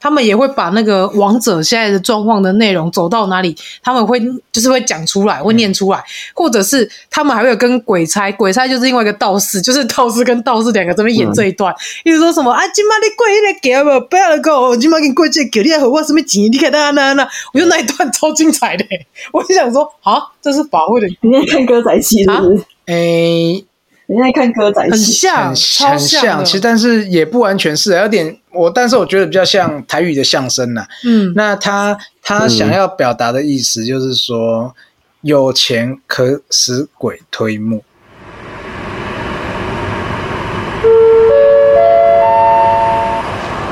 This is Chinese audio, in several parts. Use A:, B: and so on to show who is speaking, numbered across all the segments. A: 他们也会把那个王者现在的状况的内容走到哪里，他们会就是会讲出
B: 嗯
A: 来，会念出来，或者是他们还会有跟鬼差，鬼差就是另外一个道士，就是道士跟道士两个这边
B: 嗯
A: 演这一段，一直说什么啊，今晚你跪那个给不，不要了我今晚给你跪这给，你还和我什么钱？你看那那那，我觉得那一段超精彩的、 我就想说啊，这是法会的，
C: 你在看歌仔戏是不是？
B: 诶、
C: 你在看歌仔
A: 啊很
C: 戏？
A: 像，
B: 哎很
A: 啊超
B: 很像，
A: 的
B: 其实但是也不完全是，有点我，但是我觉得比较像台语的相声呐、
A: 嗯，
B: 那他他想要表达的意思就是说，有钱可使鬼推磨。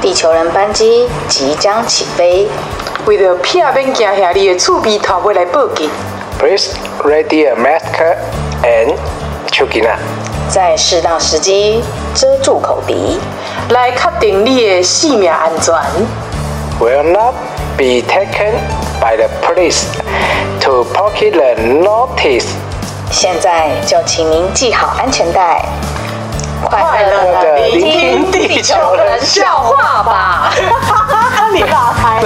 D: 地球人班机即将起飞，
E: 为着避免惊吓你的厝边头尾来报警。
F: Please ready a mask and chukina.
D: 在适当时机遮住口鼻。
E: 来确定你的性命安全。
F: Will not be taken by the police to pocket the notice.
D: 现在就请您系好安全带，快
E: 快
D: 乐
E: 乐
D: 的
E: 的
D: 聆
E: 聆
D: 听
E: 听
D: 地
E: 地
D: 球
E: 球
D: 人
E: 人
D: 笑
E: 笑
D: 话吧。
C: 你打开。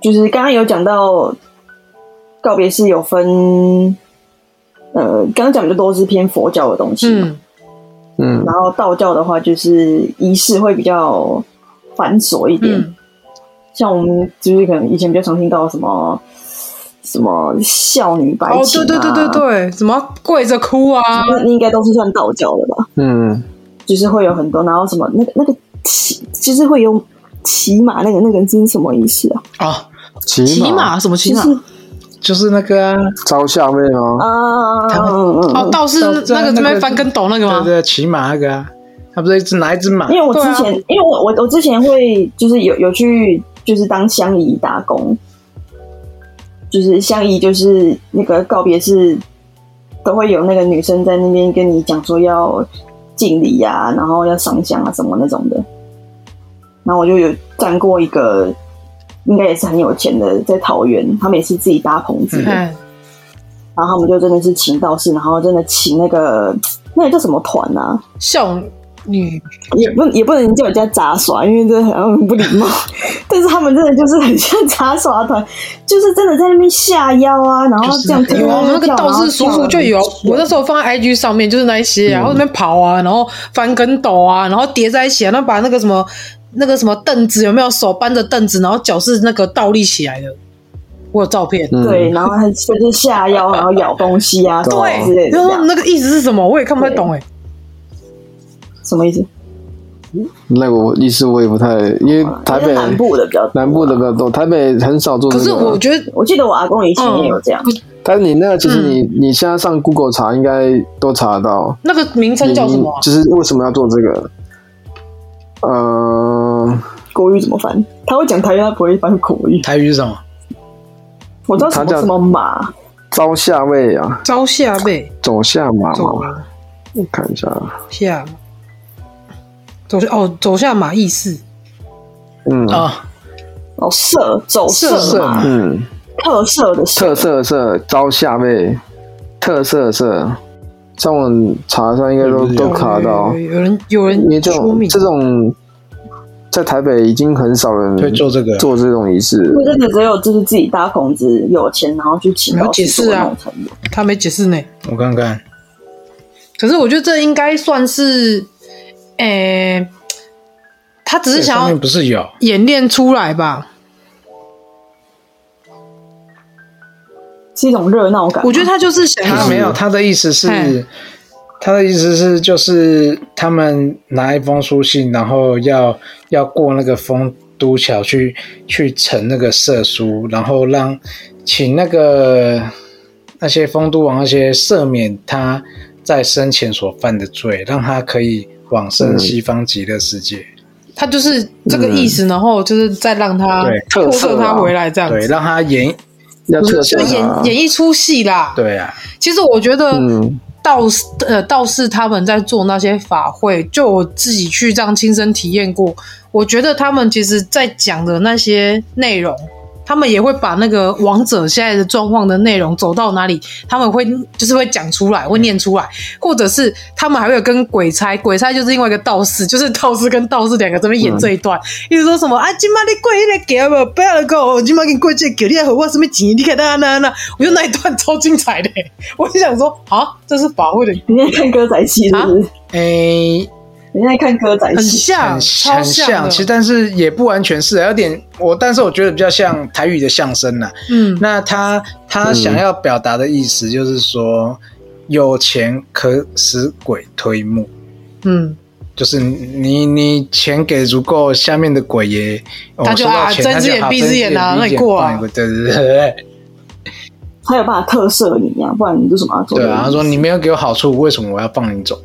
C: 就是刚刚有讲到，告别式有分，呃，刚刚讲的都是偏佛教的东西嘛。
A: 嗯
C: 然后道教的话，就是仪式会比较繁琐一点。
A: 嗯
C: 像我们就是可能以前比较常听到什么什么孝女白
A: 哦，
C: 琴、
A: 对
C: 啊，
A: 对对对对，什么跪着哭啊，
C: 那那应该都是算道教的吧？
B: 嗯，
C: 就是会有很多，然后什么那个那个骑，就是会用骑马那个那个是什么意思啊？
B: 啊，
G: 骑
A: 骑
G: 马
A: 马什么骑
C: 就
A: 马？
C: 是
B: 就是那个啊，
G: 招下位吗？
C: 啊，
B: 他
C: 嗯嗯
A: 哦，
C: 嗯，
A: 道士
B: 道士啊
A: 那个
B: 那
A: 这
B: 个
A: 边翻跟斗那个
B: 对
A: 吗？
B: 对，骑马那个啊，他不是一只拿一只马
C: 因为我之
A: 对啊
C: 前，因为我我我之前会就是有有去就是当乡姨打工，就是乡姨就是那个告别式，都会有那个女生在那边跟你讲说要敬礼呀、然后要上香啊什么那种的。然后我就有站过一个，应该也是很有钱的，在桃园，他们也是自己搭棚子的，
A: 哎，
C: 然后他们就真的是请道士，然后真的请那个那个叫什么团啊？
A: 孝女
C: 也不也不能叫人家杂耍，因为这好像很不礼 貌。但是他们真的就是很像杂耍团，就是真的在那边下腰啊，然后这样
B: 就是
C: 跳
A: 有啊，
C: 跳
A: 我们那个
C: 跳
A: 道士叔叔就有
C: 然后跳，
A: 我那时候放在 IG 上面，就是那一些、啊，然后那边跑啊，然后翻跟斗啊，然后叠在一起啊，然后把那个什么那个什么凳子有没有手搬着凳子，然后脚是那个倒立起来的，我有照
G: 嗯
A: 片。
C: 对，然后他就是下腰，然后咬东西啊，什么之类
A: 对，
C: 的
A: 然
C: 这
A: 后
C: 样，
A: 那个意思是什么？我也看不太懂哎、
C: 什么意思？
G: 那个我意思我也不太，因为台
C: 因为
G: 北
C: 南部的比较多啊
G: 南部的比较多，台北很少做这
A: 可
G: 个。
A: 是我觉得，
C: 我记得我阿公以前也有这样，
A: 嗯
G: 但是你那个其实你、你现在上 Google 查应该都查得到。
A: 那个名称叫什么、啊
G: 你？就是为什么要做这个？呃，
C: 国语怎么翻？他会讲台语，他不会翻国语。
B: 台语是什么？
C: 我知道什
G: 他
C: 么
G: 叫
C: 什么马，
G: 招下位啊，
A: 招下呗，
G: 走下马
A: 走
G: 嘛。我看一下，
A: 下走下哦，走下马意思。
G: 嗯、
A: 哦
B: 啊，
C: 哦，色走色
B: 色
C: 马，
G: 嗯，
C: 特色的
G: 特色色招下位，特色色，上网查一下应该都都查得到。
A: 有有有人有人
G: 因为这
A: 出
G: 种
A: 名，
G: 这种在台北已经很少人
B: 会做这个
G: 嗯
B: 啊
G: 做这种仪式了，
C: 就真的只有就是自己搭棚子有钱，然后去请
A: 没
C: 到
A: 有解释啊
C: 那种程度。
A: 他没解释呢。
B: 我看看，
A: 可是我觉得这应该算是，诶、他只是想
B: 上面
A: 要
B: 不是有
A: 演练出来吧？
C: 是一种热闹感吗。
A: 我觉得他就是想
B: 他
A: 要
B: 没有，他的意思是
A: 嘿，
B: 他的意思是就是他们拿一封书信，然后要要过那个丰都桥去去呈那个社书，然后让请那个那些丰都王那些赦免他在生前所犯的罪，让他可以往生西方极乐世界。
A: 他就是这个意思，然后就是再让他
B: 对
A: 拖
G: 嗯特色
A: 着
G: 啊
A: 他回来这样
B: 对，
A: 子，
B: 让他演
G: 要特
A: 就
G: 色
A: 演
G: 啊，
A: 演一出戏啦。
B: 对啊，
A: 其实我觉得
G: 嗯
A: 道士、呃道士他们在做那些法会，就我自己去这样亲身体验过，我觉得他们其实在讲的那些内容。他们也会把那个王者现在的状况的内容走到哪里，他们会就是会讲出来，会念出来，或者是他们还会有跟鬼差，鬼差就是另外一个道士， 就是道士跟道士两个这边演这一段，一直说什么啊，今晚你跪那个给不，不要我今晚给你跪这给你还和我什么钱？你看那那那，我觉得那一段超精彩的、我就想说啊，这是法会的，
C: 你在看歌仔戏是不是？
A: 哎
B: 诶、
C: 你在看歌仔
A: 啊很
C: 戏？
A: 像，
B: 很
A: 超
B: 很像，
A: 的，
B: 其实但是也不完全是，有点我，但是我觉得比较像台语的相声啊啦。
A: 嗯，
B: 那他他
G: 嗯
B: 想要表达的意思就是说，有钱可使鬼推磨，
A: 嗯，
B: 就是你你钱给足够，下面的鬼也
A: 他就
B: 哦收到
A: 啊
B: 钱
A: 睁
B: 他
A: 只
B: 就
A: 眼
B: 好
A: 闭只眼啊
B: 睁只
A: 那你过啊
B: 放你对对对对
C: 他有办法特赦你啊，不然你为什么要做这
B: 对
C: 个意思？
B: 啊！他说你没有给我好处，为什么我要放你走？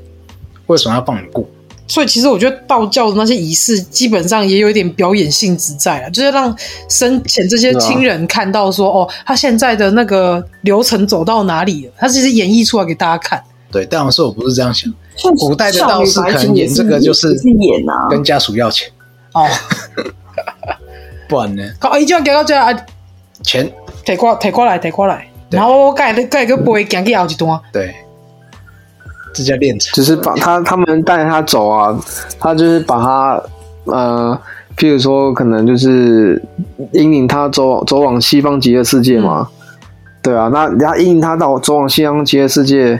B: 为什么要放你过？
A: 所以其实我觉得道教的那些仪式基本上也有一点表演性质在了，就是让生前这些亲人看到说、哦，他现在的那个流程走到哪里了，他其实演绎出来给大家看。
B: 对，但我说我不是这样想，
C: 像
B: 古代的
C: 少女
B: 道士
C: 白
B: 可能
C: 情也
B: 演这个就是
C: 也是演啊，
B: 跟家属要钱，
A: 哦，
B: 不然呢？
A: 搞一定要给到这啊，
B: 钱
A: 提过提过来，提过来，
B: 对
A: 然后我盖盖个杯，行去后一段。
B: 对，这叫练财。
G: 只是把他他们带他走啊，他就是把他呃，譬如说可能就是引领他走走往西方极乐世界嘛，
A: 嗯
G: 对啊，那他引领他到走往西方极乐世界，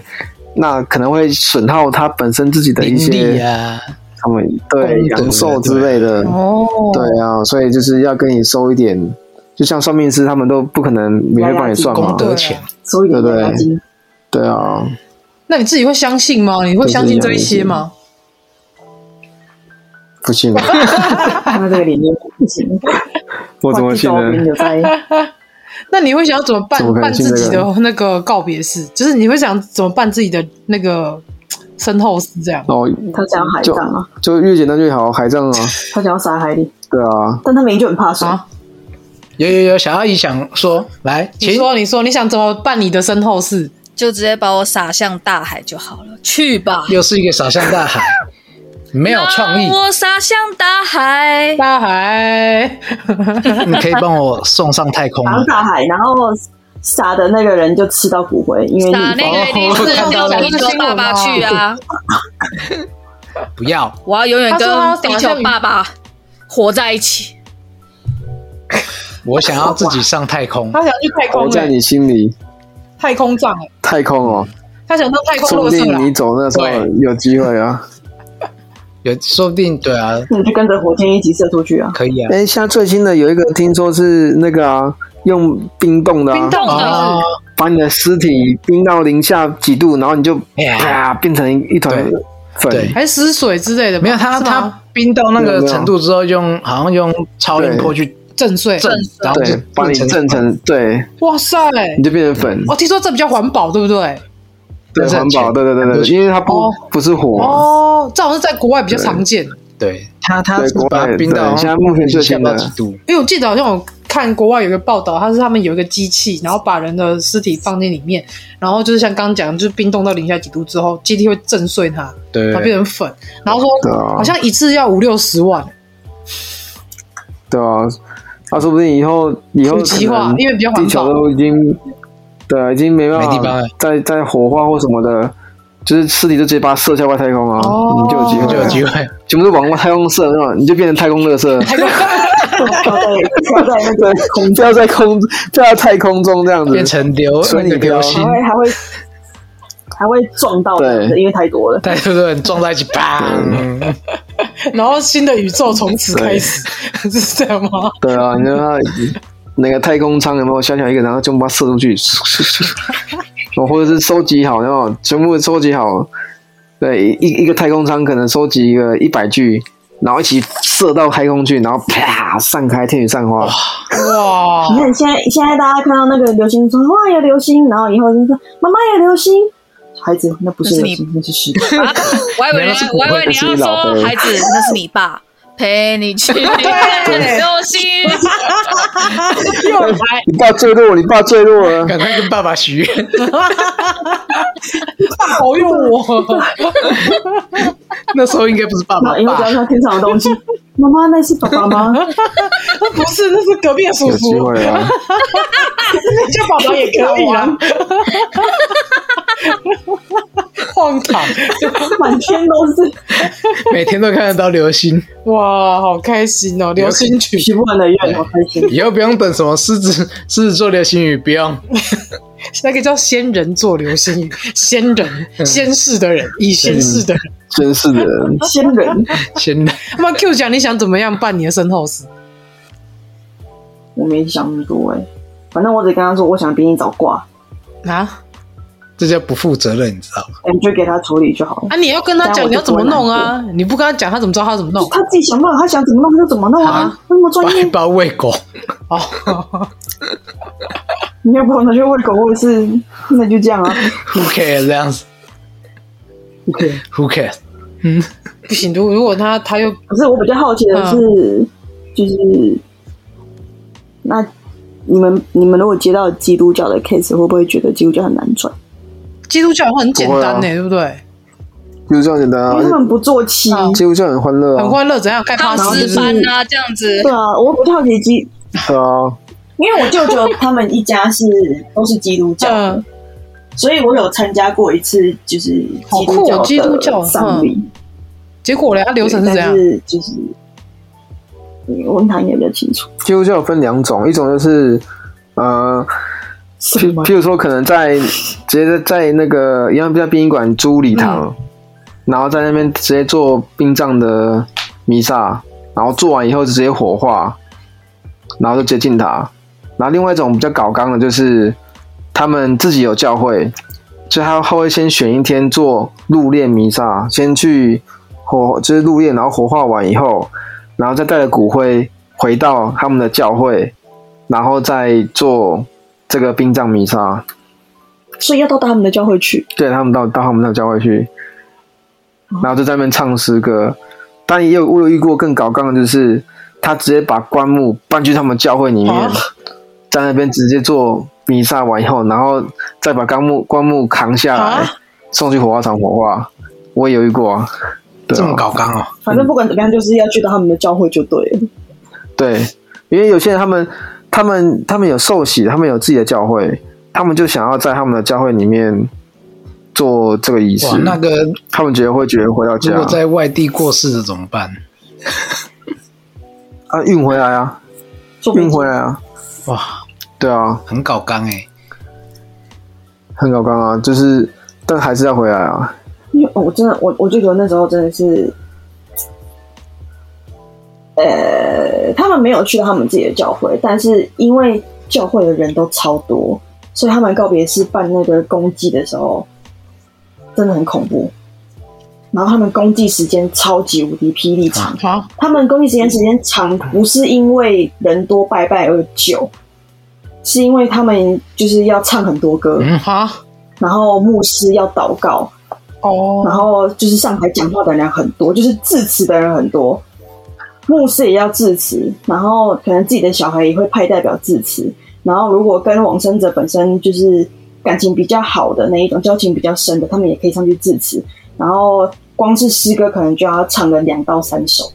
G: 那可能会损耗他本身自己的一
B: 盈利
G: 些
B: 啊，
G: 他们对阳寿之类的，
A: 哦，
G: 对啊，所以就是要跟你收一点，就像算命师他们都不可能每天帮你算嘛
B: 功，德
A: 对
B: 钱，
C: 所以
G: 对
C: 你
G: 对
C: 要金
G: 对啊，
A: 那你自己会相信吗？你会相信这一些吗？
G: 不信，啊
A: 啊
C: 放在这个里面不行，
G: 我怎么信
C: 换地？招
G: 呢
C: 兵就在
A: 那你会想要怎么办
G: 怎么可能
A: 办
G: 信这
A: 自
G: 个
A: 己的那个告别式？就是你会想怎么办自己的那个嘖身后事这样？
G: 哦，
C: 他想要海
G: 就
C: 葬啊，
G: 就越简单越好，海葬啊，
C: 他想要撒海里，
G: 对啊，
C: 但他明明就很怕水，
A: 啊，
B: 有有有，小阿姨想说，来，
A: 你
B: 请
A: 说，你说，你想怎么办你的身后事？
H: 就直接把我撒向大海就好了，去吧。
B: 又是一个扫向大海，没有创意
H: 让，我撒向大海。
A: 大海，
B: 你可以帮我送上太空
C: 然
B: 吗
C: 后？大海，然后撒的那个人就吃到骨灰，因为
H: 撒那个一定是
A: 哦
H: 叫地球爸爸去啊！
B: 不要，
H: 我要永远
A: 他说他要撒
H: 跟地
A: 向
H: 球爸爸活在一起。
B: 我想要自己上太空。
A: 他想去太
G: 活
A: 空
G: 在
A: 欸，
G: 你心里，
A: 太空葬欸，
G: 太空哦，
A: 他想到太空
G: 说不
A: 落色
G: 定
A: 了
G: 你。走那时候
B: 对
G: 有机会啊。
B: 有，说不定对啊，
C: 那你就跟着火箭一起射出 去啊！
B: 可以啊。
G: 哎，现在最新的有一个，听说是那个啊，用冰冻的、啊
A: 冰，冻
B: 啊
A: 的，，
G: 把你的尸体冰到零下几度，然后你就
B: 哎呀
G: 啪变成一团
B: 对
G: 粉
B: 对，
A: 还是死水之类的吧？
B: 没有他，
A: 是
B: 他
A: 吗
B: 冰到那个程度之后，用好像用超音波去
A: 震碎。
B: 震，然后就
G: 对，把你
B: 哎变啊哦
G: 震成对，
A: 哇塞！哦
G: 你就变成粉，
A: 我听说这比较环保，对不对？
G: 对，
B: 正
G: 环保，
B: 确
G: 对对对
B: 正
G: 对，
B: 确
G: 因为它不
A: 哦
G: 不是火，
A: 哦，这好像在国外比较常见，
B: 对他，他
G: 对
B: 是把它冰到
G: 对现在目前最新的
B: 零下到几度，
A: 因为我记得好像有看国外有一个报道，它是他们有一个机器，然后把人的尸体放进里面，然后就是像刚刚讲的，就是冰冻到零下几度之后，机体会震碎它，
B: 对
A: 它变成粉，然后说
G: 对啊
A: 好像一次要五六十万，
G: 对啊，那说不定以后以后
A: 普及化
G: 可能
A: 因为比较环保
G: 地球都已经对啊，已经没办
B: 没地方了
G: 法再再火化或什么的，就是尸体就直接把它射向外太空啊，
A: 哦
G: 你就有机会了，
B: 就有机会。
G: 全部都往太空射，那种你就变成太空垃圾。
C: 飘在飘在那个
G: 对， 空飘在空飘在太空中这样子，
B: 变成流
G: 嗯所以
B: 那
G: 你
B: 个
G: 不要
B: 流星
C: 还，会还会 还会撞到人的，
G: 对
C: 因为太多了。
B: 对对对，撞 在一起，嗯砰！
A: 然后新的宇宙从此开始，是这样吗？
G: 对啊，你就让它那个太空舱有没有小小一个，然后就把它射出去， 哦，或者是收集好，然后全部收集好，对，一一个太空舱可能收集一个一百具，然后一起射到太空去，然后啪散开天女散花，
A: 哇
C: 你，看现在现在大家看到那个流星说哇有流星，然后以后就说妈妈有流星，孩子那不是流星，那是 石头。
H: 啊我还以为你要我还以为你要说孩子，那是你爸陪你去流星。
A: 又 来，
G: 你爸坠落，你爸坠落了，
B: 赶快跟爸爸许愿。
A: 爸保佑 我，
B: 那时候应该不是爸
C: 然
B: 爸
C: 后以后只要
B: 吧？
C: 看到天上的东西，妈妈那是爸爸吗？
A: 不是，那是隔壁的叔
G: 有
A: 叔
G: 机，会啊！
A: 那 叫爸爸也可以啊， 荒唐，
C: 满天都是
B: 每天都看得到流星，
A: 哇，好开心哦，流星曲。
C: 许不完的愿，好开心。
B: 以后不用等什么狮子 狮子座流星雨，不用。
A: 那个叫仙人座流星雨，仙
C: 嗯
A: 人，仙世的人，以仙世的人。
G: 真 是的，
C: 仙人，
B: 先
A: 那么 Q 讲，你想怎么样办你的身后事？
C: 我没想那么多哎，反正我只跟他说我想比你早挂，
A: 啊
B: 这叫不负责任，你知道吗？
C: 哎，你就给他处理就好了
A: 啊！。你要跟他
C: 这样
A: 讲
C: 我
A: 你要
C: 就
A: 怎
C: 不
A: 么
C: 会
A: 弄啊？你不跟他讲，他怎么知道他怎么弄？
C: 他自己想办法，他想怎么弄他就怎么弄啊！那么专
B: 把
C: 业，
B: 包喂狗，
A: 哦，
C: 你要不要拿去喂狗，或者是那就这样啊。
B: who cares 这样子
C: OK，
B: ，who cares？
A: 不行，如如果他他又
C: 可是我比较好奇
A: 嗯
C: 的是，就是那你们你们如果接到基督教的 case，会不会觉得基督教很难转？
A: 基督教好像很简单呢、
C: 啊
G: 不会
A: 对不对？
G: 就这样简单
C: 因为他
G: 啊，
C: 们不做七。
G: 几乎就很欢乐
A: 很
G: 啊，
A: 欢乐，怎样开
H: 到
A: p
H: 十
A: a
H: 班啊，这样子
C: 对啊，我比较好奇基，
G: 对啊，
C: 因为我舅舅他们一家是都是基督教，
A: 嗯，
C: 所以我有参加过一次就是基
A: 好
C: 督
A: 酷
C: 教
A: 哦
C: 的
A: 基督教
C: 丧礼。
A: 结果嘞，他流程是
C: 对
A: 怎样
C: 但？是就是嗯我问他应该比较清楚。
G: 基督教有分两种，一种就是呃，
C: 什
G: 譬
C: 么
G: 譬如说可能在直接在那个一样在殡仪馆租礼堂，然后在那边直接做殡葬的弥撒，然后做完以后就直接火化，然后就接近他。然后另外一种比较搞纲的，就是他们自己有教会，所以他他会先选一天做入殓弥撒，先去火就是入殓，然后火化完以后，然后再带着骨灰回到他们的教会，然后再做这个殡葬弥撒，
C: 所以要到他们的教会去。
G: 对他们到到他们那个教会去，
B: 哦
G: 然后就在那边唱诗歌。但也有我有遇过更搞纲的，就是他直接把棺木搬去他们教会里面，
A: 啊
G: 在那边直接做弥撒完以后，然后再把棺木棺木扛下来、
A: 啊
G: 送去火化场火化。我也有遇过、啊，对
B: 这
G: 啊
B: 么搞纲哦，
C: 反正不管怎么样，就是要去到他们的教会就对了。
G: 对，因为有些人他们他们他们有受洗，他们有自己的教会，他们就想要在他们的教会里面做这个仪式
B: 哇，，那个
G: 他们觉得会觉得回到
B: 如
G: 家
B: 果在外地过世的怎么办？
G: 啊运回来啊，
C: 坐飞
G: 运
C: 机
G: 回来啊，
B: 哇，
G: 对啊，
B: 很搞纲哎，
G: 很搞纲啊，就是但还是要回来啊，
C: 因为哦我真的，我我就觉得那时候真的是，呃，他们没有去到他们自己的教会，但是因为教会的人都超多，所以他们告别式办那个公祭的时候，真的很恐怖。然后他们公祭时间超级无敌霹雳长，
A: 啊，
C: 他们公祭时间时间长，不是因为人多拜拜而久，是因为他们就是要唱很多歌，
B: 嗯
A: 啊，
C: 然后牧师要祷告，
A: 哦，
C: 然后就是上台讲话的人很多，就是致辞的人很多，牧师也要致辞，然后可能自己的小孩也会派代表致辞，然后如果跟往生者本身就是感情比较好的那一种，交情比较深的，他们也可以上去致辞，然后光是诗歌可能就要唱个两到三首，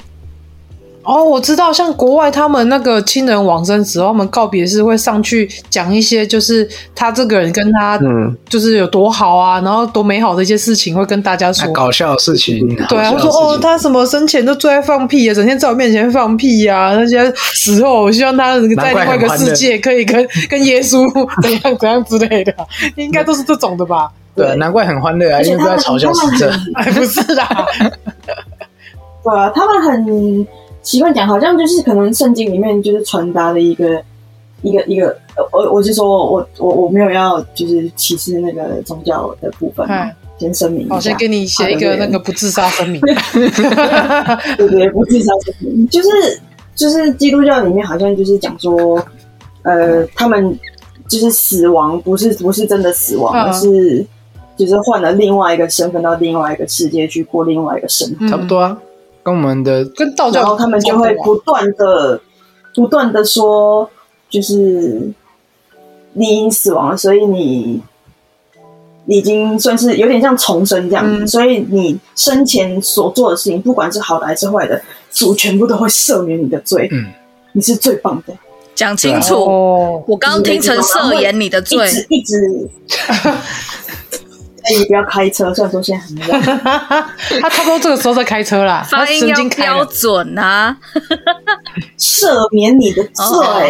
A: 哦，我知道，像国外他们那个亲人往生时候，他们告别是会上去讲一些，就是他这个人跟他
G: 嗯，
A: 就是有多好啊，然后多美好的一些事情会跟大家说
B: 那。搞笑的事情，
A: 对啊，他说
B: 搞笑的事情
A: 哦，他什么生前都最爱放屁啊，整天在我面前放屁呀、啊。那些死后，我希望他在另外一个世界可以跟跟耶稣 怎样怎样之类的，应该都是这种的吧？
B: 对啊，难怪很欢乐啊，
C: 而
B: 因
C: 且
B: 为都
C: 他
B: 在
C: 们
B: 嘲笑
C: 他
B: 死
C: 们
B: 者。
C: 很
A: 哎，不是 啦，
C: 对啊，他们很习惯讲，好像就是可能圣经里面就是传达的一个一个一个，呃我我是说我我我没有要就是歧视那个宗教的部分嘛
A: 嗯，
C: 先声明一下。
A: 好，先给你写一个那个不自杀声明。
C: 对对，不是杀生命，就是就是基督教里面好像就是讲说，呃，他们就是死亡不是不是真的死亡，
A: 嗯
C: 而是就是换了另外一个身份到另外一个世界去过另外一个生活，
B: 差不多啊，跟我们的
A: 嗯跟道教
C: 然后他们就
A: 啊
C: 会不断的不断的说，就是你已经死亡了，所以你。已经算是有点像重生这样，
A: 嗯
C: 所以你生前所做的事情，不管是好的还是坏的，主全部都会赦免你的罪。
B: 嗯，
C: 你是最棒的，
H: 讲清
A: 不
H: 楚。
A: 哦，
H: 我刚刚听成涉嫌你的罪
C: 一，直一 直。哎，你不要开车，虽然说现在很热。
A: 他差不多这个时候在开车啦，他
H: 发音
A: 神
H: 要
A: 经开
H: 标
A: 了。
H: 准啊！
C: 赦免你的罪，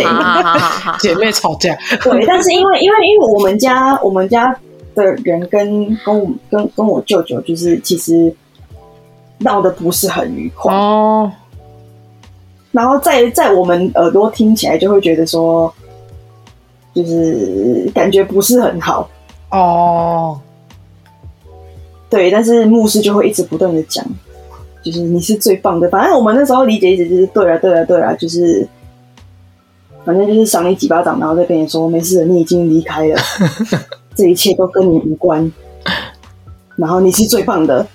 H: 哦，好好好好好，
A: 姐妹吵架，
C: 对，但是因为因为因为我们家我们家的人跟跟我跟跟我舅舅就是其实闹得不是很愉快，
A: 哦，
C: 然后在在我们耳朵听起来就会觉得说，就是感觉不是很好。
A: 哦，
C: 对，但是牧师就会一直不断的讲，就是你是最棒的。反正我们那时候理解一直就是对啊，对啊，对啊，就是反正就是赏你几巴掌，然后再跟你说没事的，你已经离开了，这一切都跟你无关。然后你是最棒的，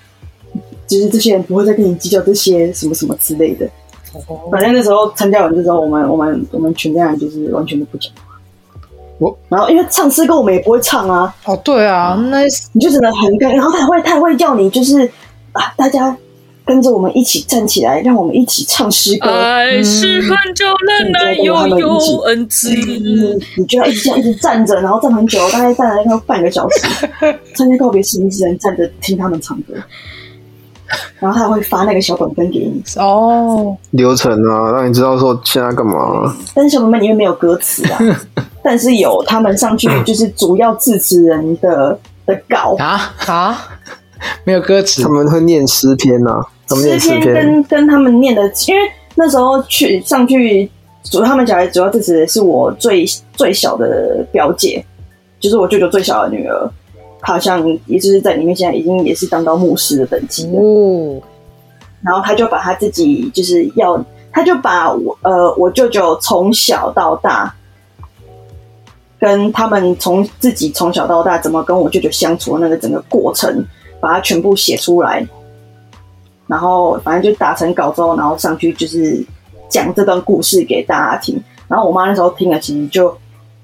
C: 就是这些人不会再跟你计较这些什么什么之类的。反正那时候参加完之后，我们我们我们全家人就是完全都不讲话。
B: 我
C: 然后因为唱诗歌我们也不会唱啊，
A: 哦，对啊，那
C: 你就只能很尴尬。然后他还会他还会叫你就是啊，大家跟着我们一起站起来，让我们一起唱诗歌。
H: 爱是很久忍耐又有恩赐。
C: 你嗯你就要一直这样一直站着，然后站很久，大概站了要半个小时。参加告别式，你只能站着听他们唱歌。然后他还会发那个小本本给你，
A: 哦，
G: 流程啊，让你知道说现在干嘛。啊
C: 但是小本本里面没有歌词啊，但是有他们上去就是主要致辞人的的稿，
B: 啊，
A: 啊，
B: 没有歌词
G: 他，们会念诗篇呐、他们念诗
C: 篇
G: 篇，
C: 跟跟他们念的，因为那时候去上去主他们小孩主要支持的是我最最小的表姐，就是我舅舅最小的女儿，她好像也就是在里面现在已经也是当到牧师的等级了。
A: 哦，
C: 然后她就把她自己就是要，她就把我呃我舅舅从小到大。跟他们从自己从小到大怎么跟我舅舅相处的那个整个过程，把它全部写出来，然后反正就打成稿之后，然后上去就是讲这段故事给大家听。然后我妈那时候听了，其实就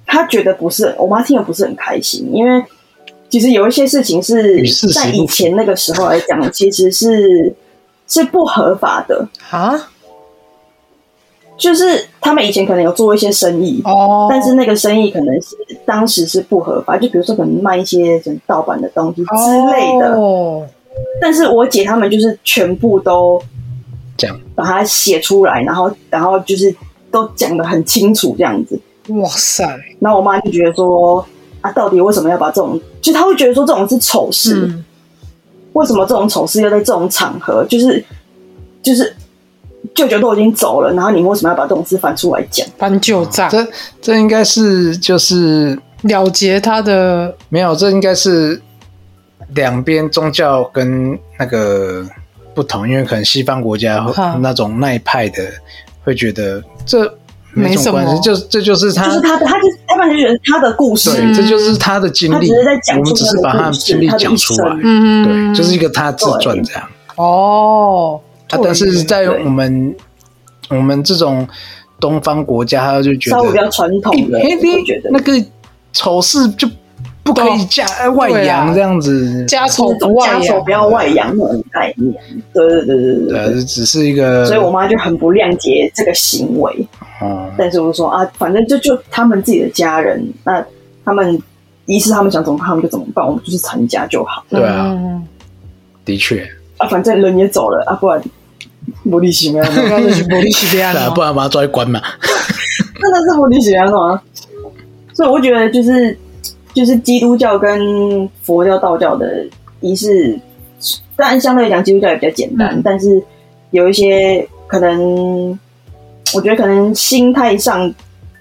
C: 她觉得不是，我妈听了不是很开心，因为其实有一些事情是
B: 与事实
C: 在
B: 不符
C: 以前那个时候来讲，其实是是不合法的，
A: 啊，
C: 就是他们以前可能有做一些生意，
A: 哦，
C: 但是那个生意可能是当时是不合法，就比如说可能卖一些什么盗版的东西之类的。
A: 哦，
C: 但是我姐他们就是全部都
B: 讲
C: 把它写出来，然后然后就是都讲得很清楚这样子。
A: 哇塞，
C: 然后我妈就觉得说啊，到底为什么要把这种，就她会觉得说这种是丑事，
A: 嗯，
C: 为什么这种丑事要在这种场合，就是就是舅舅都已经走了，然后你们为什么要把这种事翻出来讲？
A: 翻旧账，
C: 嗯
B: 这这应该是就是
A: 了结他的
B: 没有，这应该是两边宗教跟那个不同，因为可能西方国家
A: 哈
B: 那种那一派的会觉得这
A: 没
B: 没
A: 什
B: 什么关
A: 么
B: 系，就这就是他
C: 就是他的，他就是他们就觉得他的故事，
B: 对，这就是他的经
C: 他
B: 历，
C: 只是在讲
B: 我们
C: 述
B: 只是把
C: 他
B: 他
C: 的
B: 的
C: 故事
B: 经历
C: 他的
B: 讲
C: 一
B: 出
C: 生
B: 来，
A: 嗯，
B: 对，就是一个他自传这样。
A: 哦，
B: 啊，但是在
C: 对
B: 我们我们这种东方国家，他就觉
C: 稍微比较
B: 得，
C: 传统的，
B: 哎
C: 我觉得
B: 那个丑事就不可以嫁呃外
A: 对啊
B: 扬这样子，
A: 家丑
C: 就是
A: 不外啊
C: 家丑
A: 扬
C: 不，要外啊扬那种概念。对对对对对
B: 对啊，
C: 对。
B: 这只是一个，
C: 所以我妈就很不谅解这个行为。
B: 哦
C: 但是我就说啊，反正就就他们自己的家人，那他们仪式他们想怎么办他们就怎么办，我们就是参加就好
B: 对啊，
A: 嗯，
B: 的确，
C: 啊，反正人也走了啊，不然无理行 啊，
A: 那就是不利是
B: 对啊，不然把他抓去关嘛。
C: 真的是无理行啊。所以我觉得就是就是基督教跟佛教、道教的仪式，当然相对来讲基督教也比较简单，
A: 嗯
C: 但是有一些可能，我觉得可能心态上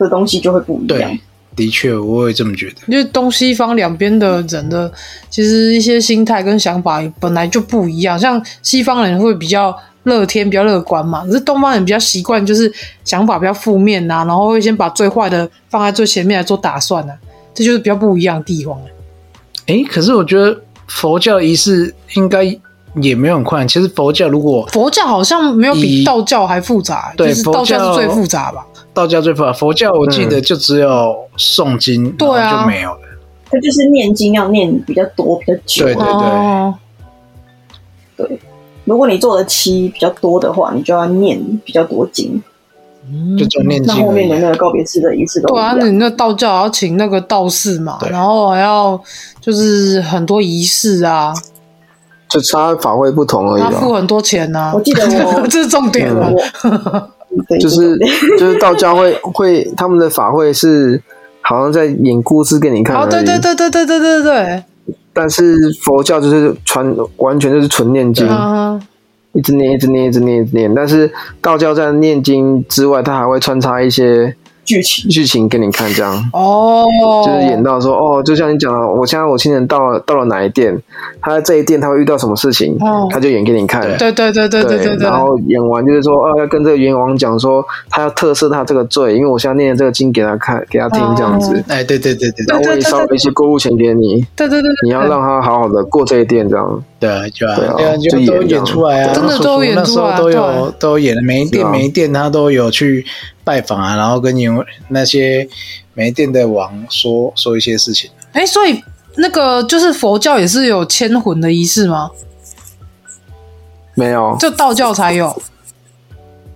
C: 的东西就会不一样
B: 对。，的确，我也这么觉得。
A: 因为东西方两边的人的其实一些心态跟想法本来就不一样，像西方人会比较乐天、比较乐观嘛，可是东方人比较习惯就是想法比较负面呐、然后会先把最坏的放在最前面来做打算呐、啊这就是比较不一样的地方、
B: 诶，可是我觉得佛教仪式应该也没有很快。其实佛教如果
A: 佛教好像没有比
B: 以
A: 道教还复杂、
B: 对
A: 就是道教是
B: 佛教
A: 最复杂吧？
B: 道教最复杂，佛教我
C: 嗯
B: 记得就只有诵经，
A: 对啊
B: 然后就没有了。
C: 它就是念经要念比较多、比较久。
B: 对对
A: 哦，
C: 如果你做的期比较多的话，你就要念比较多经。
B: 就只有念
C: 嗯那
B: 经
C: 后
B: 而
C: 面
B: 已
C: 的。那个告别式的仪式都
A: 对
C: 一
A: 啊
C: 样，。
A: 那你那道教还要请那个道士嘛，
B: 对
A: 然后还要就是很多仪式啊，
G: 就差法会不同而已
A: 他付
G: 啊。
A: 很多钱呐、
C: 我记 得我嗯
A: 这是重点 啊。
C: 对
G: 就是就是道教会会他们的法会是好像在演故事给你看而
A: 哦，
G: 已，
A: 对对对对对对对对，
G: 但是佛教就是传完全就是纯念经，
A: 嗯哼，
G: 一直念一直念一直念一直念。但是道教在念经之外，它还会穿插一些
C: 剧情，
G: 剧情给你看，这样。
A: 哦，
G: 就是演到说哦，就像你讲的，我现在我亲人到了到了哪一店，他在这一店他会遇到什么事情，
A: 哦
G: 他就演给你看。
A: 对对对对对对对，
G: 然后演完就是说，哦，要跟这个阎王讲说，他要特赦他这个罪，因为我现在念的这个经给他看，给他听
A: 哦
G: 这样子，
B: 哎，对对对对
G: 然
B: 对
G: 后我也烧了一些过路钱给你，
A: 对对对对，
G: 你要让他好好的过这一店这样。
B: 对，就啊，
G: 对啊
B: 对啊，
G: 就
B: 就都
G: 演这
B: 演
G: 样
B: 出来啊，
A: 真的
B: 叔叔
A: 都演
B: 那
A: 出
B: 时候
A: 来
B: 都
A: 对啊
B: 有都演了，每一
G: 是
B: 店
G: 啊
B: 每一店他都有去拜访啊，然后跟你那些每一店的王说说一些事情。
A: 哎，所以那个就是佛教也是有迁魂的仪式吗？
G: 没有，
A: 就道教才有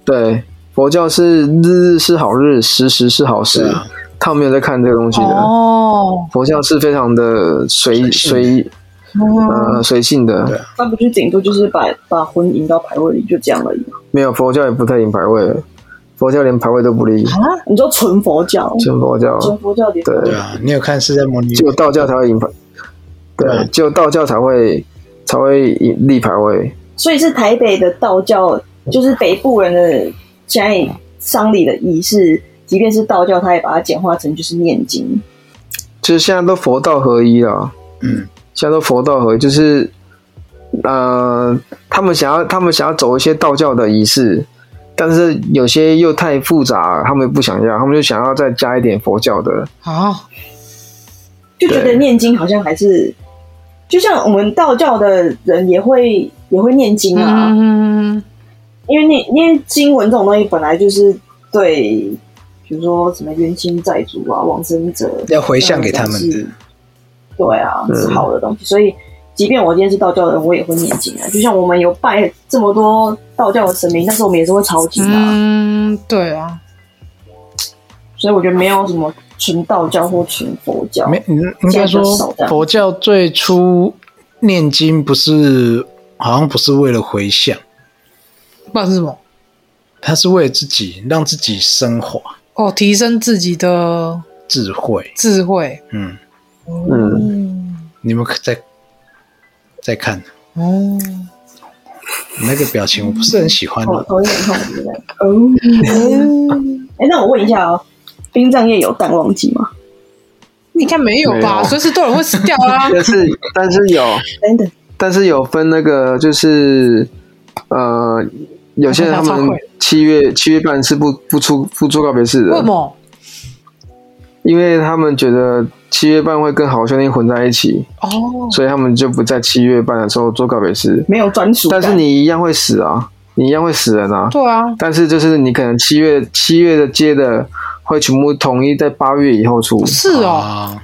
G: 对，佛教是日日是好日，时时是好时，
B: 对啊
G: 他们没有在看这个东西的。
A: 哦，
G: 佛教是非常的随
B: 随
G: 随呃随性
B: 对
G: 的，
C: 那不是顶多就是把把魂引到牌位里，就这样而已嘛。
G: 没有佛教也不太引牌位了，佛教连牌位都不立，
C: 你说纯佛教，
G: 真佛教
C: 纯佛教里
G: 对
B: 对啊，你有看释迦牟尼？
G: 只有道教才会引牌，对，
B: 嗯
G: 只有道教才会才会引立牌位，
C: 所以是台北的道教，就是北部人的现在丧礼的仪式，即便是道教，他也把它简化成就是念经。
G: 就是现在都佛道合一了，
B: 嗯，
G: 现在都佛道合一，就是呃，他们想要他们想要走一些道教的仪式。但是有些又太复杂，他们又不想要，他们就想要再加一点佛教的，
A: 啊，
C: 就觉得
G: 对
C: 念经好像还是，就像我们道教的人也会也会念经啊，
A: 嗯，
C: 因为念念经文这种东西本来就是对，比如说什么冤亲债主啊、往生者
B: 要回向给他们
C: 这种东西对啊，
G: 嗯
C: 是好的东西，所以。即便我今天是道教人，我也会念经啊。就像我们有拜这么多道教的神明，但是我们也是会抄经啊。
A: 嗯，对啊，
C: 所以我觉得没有什么纯道教或纯佛教，
B: 没，嗯应该
C: 现在比
B: 说
C: 较少这样
B: 佛教最初念经不是，好像不是为了回向，
A: 不然是什么？
B: 它是为了自己让自己升华
A: 哦，提升自己的
B: 智慧。
A: 智慧，
B: 嗯，
G: 嗯，
A: 嗯，
B: 你们可再再看
A: 哦，
B: 那个表情，我不是很喜欢
C: 哦头头有
B: 的。
C: 点痛，对不对？哦，
B: 嗯
C: 哎、那我问一下哦，殡葬业有淡旺季吗？
A: 你看没有
G: 没
A: 吧？
G: 有
A: 随时都有人会死掉 啊，
G: 但是但是有
C: 等等，
G: 但是有分那个就是呃，有些人他们七月七月半是不不出不做告别式
A: 为什
G: 的，
A: 么？
G: 因为他们觉得七月半会跟好兄弟混在一起，
A: 哦，
G: 所以他们就不在七月半的时候做告别式。
C: 没有专属感，
G: 但是你一样会死啊，你一样会死人啊。
A: 对啊，
G: 但是就是你可能七月七月的接的会全部统一在八月以后出，
A: 是哦，
B: 啊，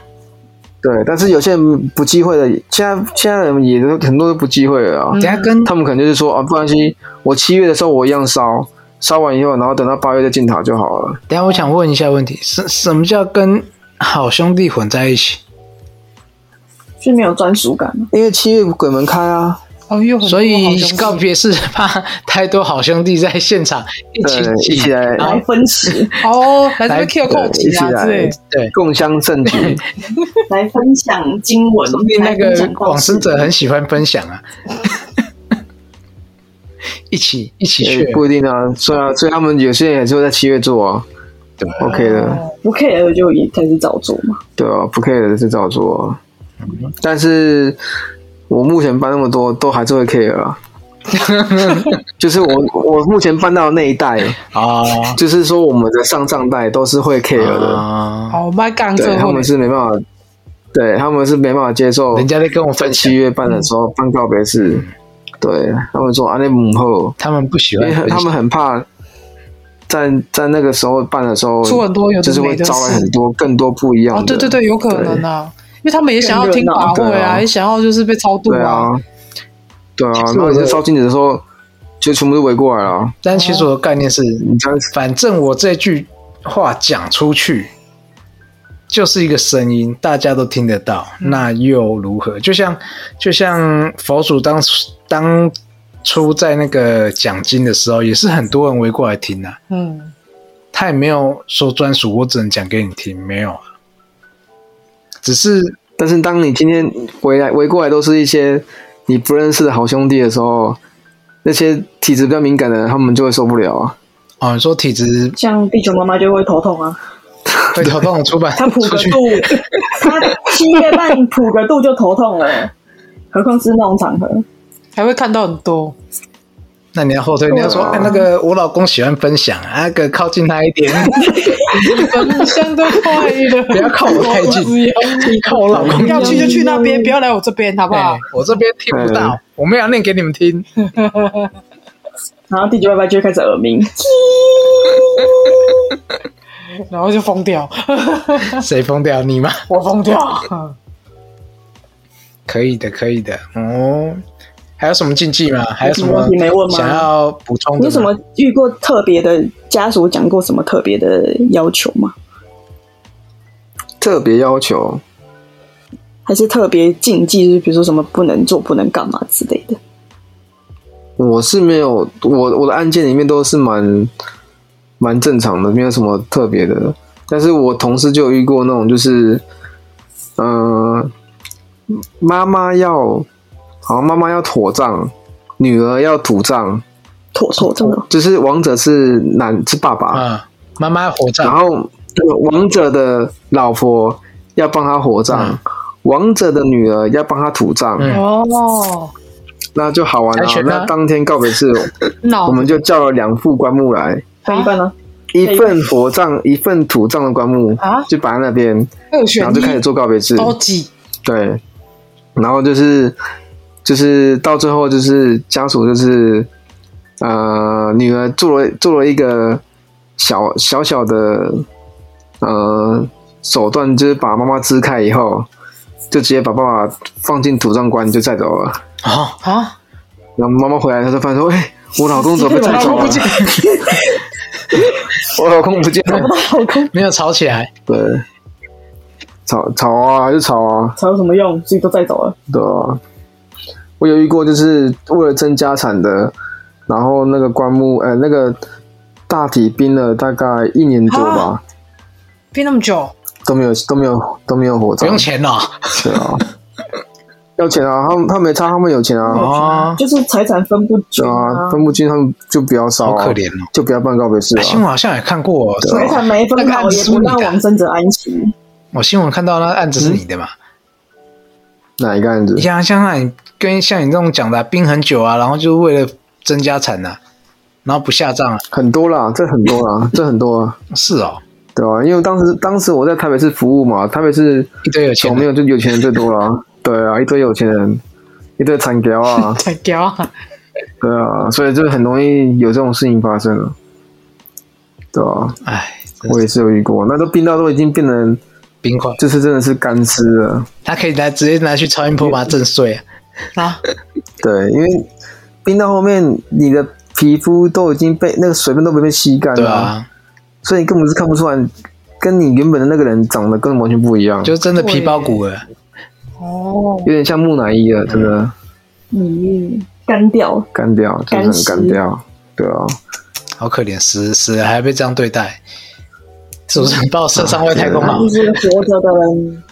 G: 对。但是有些人不忌讳的，现在现在人也都很多都不忌讳了啊。
B: 等下跟
G: 他们可能就是说啊，不然系，我七月的时候我一样烧，烧完以后，然后等到八月再进塔就好了。
B: 等一下，我想问一下问题，什什么叫跟好兄弟混在一起？
C: 是没有专属感。
G: 因为七月鬼门开啊，
A: 哦，又很多
B: 所以
A: 好像是
B: 告别是怕太多好兄弟在现场一起
G: 对，一起来
C: 来分食，
A: 哦，来这边
B: 来
A: Q 扣题
G: 对一起
A: 啊
G: 来
A: 之类的，
B: 对，
G: 共襄 盛举，
C: 来分享经文
B: 说不定，那
C: 来分享
B: 个
C: 道
B: 往生
C: 士
B: 者很喜欢分享啊， 一起一起去
G: 也，不一定啊。所以啊，所以他们有些人也是会在七月做啊，
B: 对，
G: OK
A: 哦
G: 的，
C: 不 care 就也开始照做嘛。
G: 对啊，不 care 的是照做啊。
B: 嗯
G: 但是我目前搬那么多，都还是会 care 啊。就是我我目前搬到的那一代，
B: 啊
G: 就是说我们的上上代都是会 care 的，
B: 啊，
A: 好，卖干这
G: 对他
A: 货
G: 们，是没办法，对他们是没办法接受
B: 人家在跟我
G: 在
B: 分享嗯
G: 七，月办的时候办告别式，对他们说啊那母后，
B: 他们不喜
G: 因
B: 欢
G: 为
B: 分
G: 他
B: 享
G: 们很怕在在那个时候办的时候
A: 出很多有的
G: 就是
A: 没
G: 会
A: 的
G: 招来
A: 事
G: 很多更多不一样的，
A: 哦，对对对，有可能啊，因为他们也想要听法会
G: 更热闹对
A: 啊，
G: 啊
A: 也想要就是被超度
G: 对啊，，对啊，然后你在烧金纸的时候，就全部都围过来了。
B: 但其实我的概念是，
G: 你这样子
B: 反正我这句话讲出去，就是一个声音，大家都听得到，
G: 嗯
B: 那又如何？就像就像佛祖当初当初在那个讲经的时候，也是很多人围过来听啊，
A: 嗯，
B: 他也没有说专属，我只能讲给你听，没有啊，只是
G: 但是当你今天围来围过来都是一些你不认识的好兄弟的时候，那些体质比较敏感的人，他们就会受不了啊。
B: 哦，你说体 质
C: 像地球妈妈就会头痛啊，
B: 会头痛的出版
C: 她普
B: 出
C: 个
B: 去
C: 度，她七月半普个度就头痛了，何况是那种场合。
A: 还会看到很 多，
B: 那你要后退，你要说，
C: 啊
B: 哎、那个我老公喜欢分享，啊那个靠近他 一点，
A: 真嗯相都快
B: 不要
A: 乐，
B: 靠我太近，
G: 啊
B: 你靠我老 公。
A: 要去就去那
G: 嗯
A: 边，不要来我这边，好不好
B: 哎？我这边听不到，我没有念给你们听。
C: 然后地球爸爸就会开始耳鸣，
A: 然后就疯掉，
B: 谁疯掉你吗？
A: 我疯
G: 嗯
A: 掉。
B: 可以的，可以的。哦，还有什么禁忌吗？还有什么
C: 你没问吗
B: 想要补充
C: 你
B: 的？
C: 有什么？遇过特别的家属讲过什么特别的要求吗？
G: 特别要求，
C: 还是特别禁忌，就是比如说什么不能做、不能干嘛之类的？
G: 我是没有，我我的案件里面都是蛮蛮正常的，没有什么特别的。但是我同事就有遇过那种，就是，嗯，妈妈要，好像妈妈要妥账，女儿要土葬，
C: 妥妥真的
G: 就是王者是男是爸爸，
B: 啊，妈妈火
G: 然
C: 啊
B: 葬，
G: 后王者的老婆要帮他火葬，
B: 嗯
G: 王者的女儿要帮他土葬，
B: 嗯
A: 哦，
G: 那就好玩了、
B: 猜拳啊
G: 那当天告别式，
A: 脑
G: 我们就叫了两副棺木来，
C: 分一半呢、
G: 一份火葬，一份土葬的棺木
A: 啊哦
G: 就摆在那边，
A: 二
G: 然
A: 选
G: 后
A: 一
G: 就开始做告别式，
A: 高级，
G: 对，然后就是就是到最后就是家属就是呃女儿做了做了一个小小小的呃手段，就是把妈妈支开以后，就直接把爸爸放进土葬棺就载走了。
B: 哦，
A: 啊，
G: 然后妈妈回来，她就发现说：“哎、我老公怎么被 载走了？我老公不见了。
B: 没有吵起
C: 啊
B: 来”
G: 对，吵吵啊，就吵啊。
C: 才有什么用？自己都带走了，
G: 对啊，我有遇过，就是为了争家产的，然后那个棺木，呃，那个大体冰了大概一年多吧，
B: 啊
A: 憋那么久，
G: 都没有都没有都没有火
B: 不
G: 葬
B: 用，钱哦了
G: 对啊，要钱啊，他们他们没差，他们有钱啊，
B: 哦，
C: 就是财产分不均
G: 对啊，分不清他们就不要烧、
B: 好
G: 啊，
B: 可怜哦。
G: 就不要办告别式
B: 新闻
G: 啊，
B: 好像也看过，是
C: 财
B: 吧
C: 产没分
B: 那个
C: 好
B: 案子
C: 也
B: 是
C: 不
B: 你
C: 让
B: 的
C: 往生者安息。
B: 我新闻看到那案子是你的嘛？
C: 嗯
G: 哪一个案子
B: 你？像像你跟像你这种讲的、啊、冰很久啊，然后就是为了增加产呐、啊，然后不下葬啊，
G: 很多啦，这很多 啦，这很多啊，
B: 是哦，
G: 对啊，因为当时当时我在台北市服务嘛，台北市
B: 一堆有钱啊
G: 有没
B: 人
G: 有就有钱人最多啦，对啊，一堆有钱人，一堆残条啊。
A: 太屌啊！
G: 对啊，所以就很容易有这种事情发生了。对啊，
B: 哎，真
G: 我
B: 是
G: 也是有遇过，那都冰到都已经变成，
B: 冰块，
G: 就是真的是干尸了。
B: 他可以来直接拿去超音波把它震碎啊，
A: 啊，
G: 对，因为冰到后面，你的皮肤都已经被那个水分都被被吸干
B: 对
G: 了、
B: 啊，
G: 所以你根本是看不出来，跟你原本的那个人长得跟完全不一样，
B: 就真的皮包骨啊了，
A: 哦，
G: 有点像木乃伊了，真的
C: 嗯，干掉
B: 哦
C: 了
G: 干掉，真的很干掉。对啊，
B: 好可怜，死死了还被这样对待，是不是很把我射上外太空
C: 就
G: 嗯
B: 帽？
C: 是活着的人，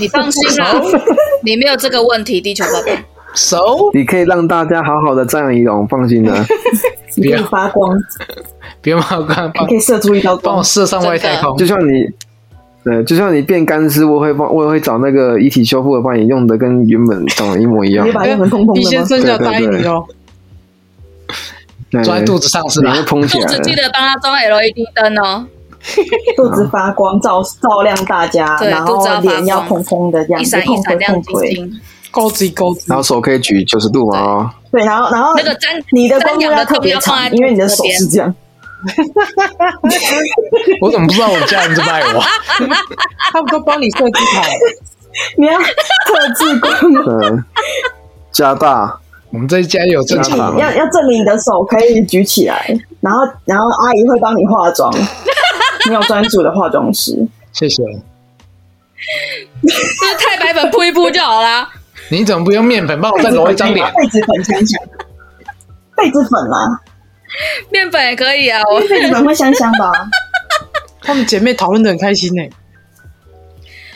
H: 你放心啦，你没有这个问题，地球爸爸。
B: 手
G: 你可以让大家好好的瞻仰仪容，放心的。
C: 你可以发光，
B: 别麻 烦帮
C: 可以射出一道
B: 哦帮我
C: 光。
B: 射上外太空
G: 就。像你，对，就像你变干尸，我会帮，我也会找那个遗体修复的，帮你用的跟原本长得一模一样
C: 你。把用成 空空
A: 毕
C: 的
A: 先
C: 吗？
A: 生要答应你哦，
G: 对
B: 装在肚子啊上是
G: 你
B: 吧
G: 会？膨起
H: 肚子记
G: 来。
H: 得帮他装 LED 灯哦，
C: 肚
B: 啊
C: 子发光，照照亮大家，
H: 对
C: 然后
H: 肚子要发光
C: 脸要空空的这样
H: 一
C: 子，
H: 闪一
C: 空
H: 闪
C: 腿
H: 亮
C: 空
H: 晶
C: 腿。
H: 晶。
A: 高级高级
G: 然。后手可以举九十度嘛？哦
C: 对，然后然后
H: 那个瞻
C: 你的光
H: 瞻
C: 幕
H: 仰的
C: 特
H: 头
C: 别
H: 要放在
C: 长，
H: 肚
C: 因为你的
H: 子
C: 手
H: 这边
C: 是这样。
B: 我怎么不知道我家人这么爱 我？
A: 他们都帮你设计 好，
C: 你 要特制光 幕，
G: 哦对，加大，
B: 我们这一家有正
G: 加
B: 常
G: 大
B: 吗，
C: 要要证明你的手可以举起来，然后然后阿姨会帮你化 妆，你有专属的化妆师。
B: 谢谢。
H: 就是太白粉铺一铺就好啦。
B: 你怎么不用面粉帮我再揉一张脸？
C: 痱子粉香香，痱子粉啦，
H: 面粉也可以啊，我
C: 痱子粉会香香吧？
A: 他们姐妹讨论的很开心呢、
H: 没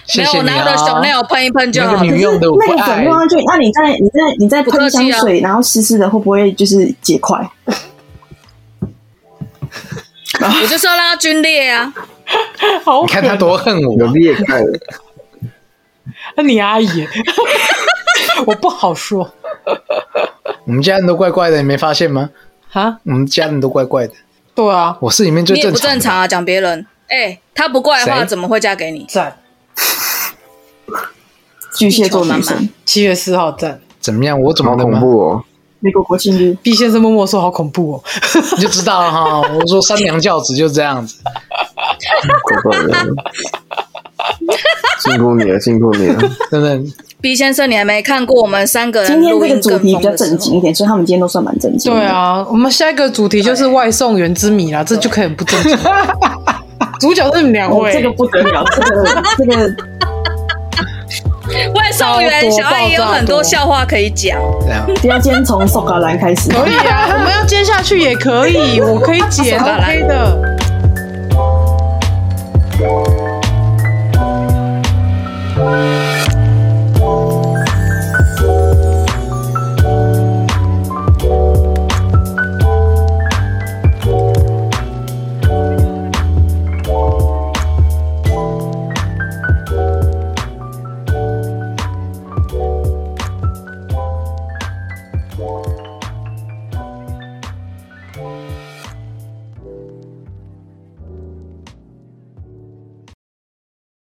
B: 谢
H: 有
B: 谢
H: 我
B: 你
H: 拿我
B: 啊
H: 的！手那喷一喷就好
B: 那个
H: 了
B: 女。用的我
C: 那个
B: 不
C: 粉
B: 爱
C: 弄，上去，那你在你在你在
H: 不客
C: 喷
H: 气
C: 香
H: 啊
C: 水，然后湿湿的，会不会就是结块？
H: 我就说让它皲裂啊，
A: 好
B: 你看他多恨
G: 有
B: 我。啊
G: 裂开了。
A: 那你阿姨， 我不好说
B: 我们家人都怪怪的，你没发现吗？
A: 啊。
B: 我们家人都怪怪的，
A: 对啊，
B: 我是里面最
H: 你也
B: 正
H: 不
B: 常
H: 正
B: 的。
H: 常啊，讲别人。哎，他不怪的话，
B: 谁
H: 怎么会嫁给你？
A: 赞，
C: 巨蟹座女生，
A: 七月四号赞。
B: 怎么样？我怎么
G: 好
B: 了
G: 恐
B: 吗？
G: 怖哦！
C: 美国国庆日，
A: 毕先生默默说：“好恐怖 哦，
B: 你就知道了哈。我说三娘教子就这样子，
G: 怪怪的。 辛苦你了，辛苦你了。
B: 真的。
H: 毕先生，你还没看过我们三个
C: 今
H: 人
C: 天
H: 录
C: 这个
H: 音
C: 主
H: 跟
C: 题
H: 风
C: 比较
H: 的时
C: 正
H: 候？
C: 经一点，所以他们今天都算蛮正经。
A: 对，啊，我们下一个主题就是外送员之谜啦，这就可以很不正经。 主角是你们两
C: 哦
A: 位，，
C: 这个不得了，这个这个
H: 外送员小阿姨有很多笑话可以讲，
B: 这样，
C: 不要先从苏格兰开始。
A: 可以啊，我们要接下去也可以，我可以解
H: 好吧来
A: OK 的。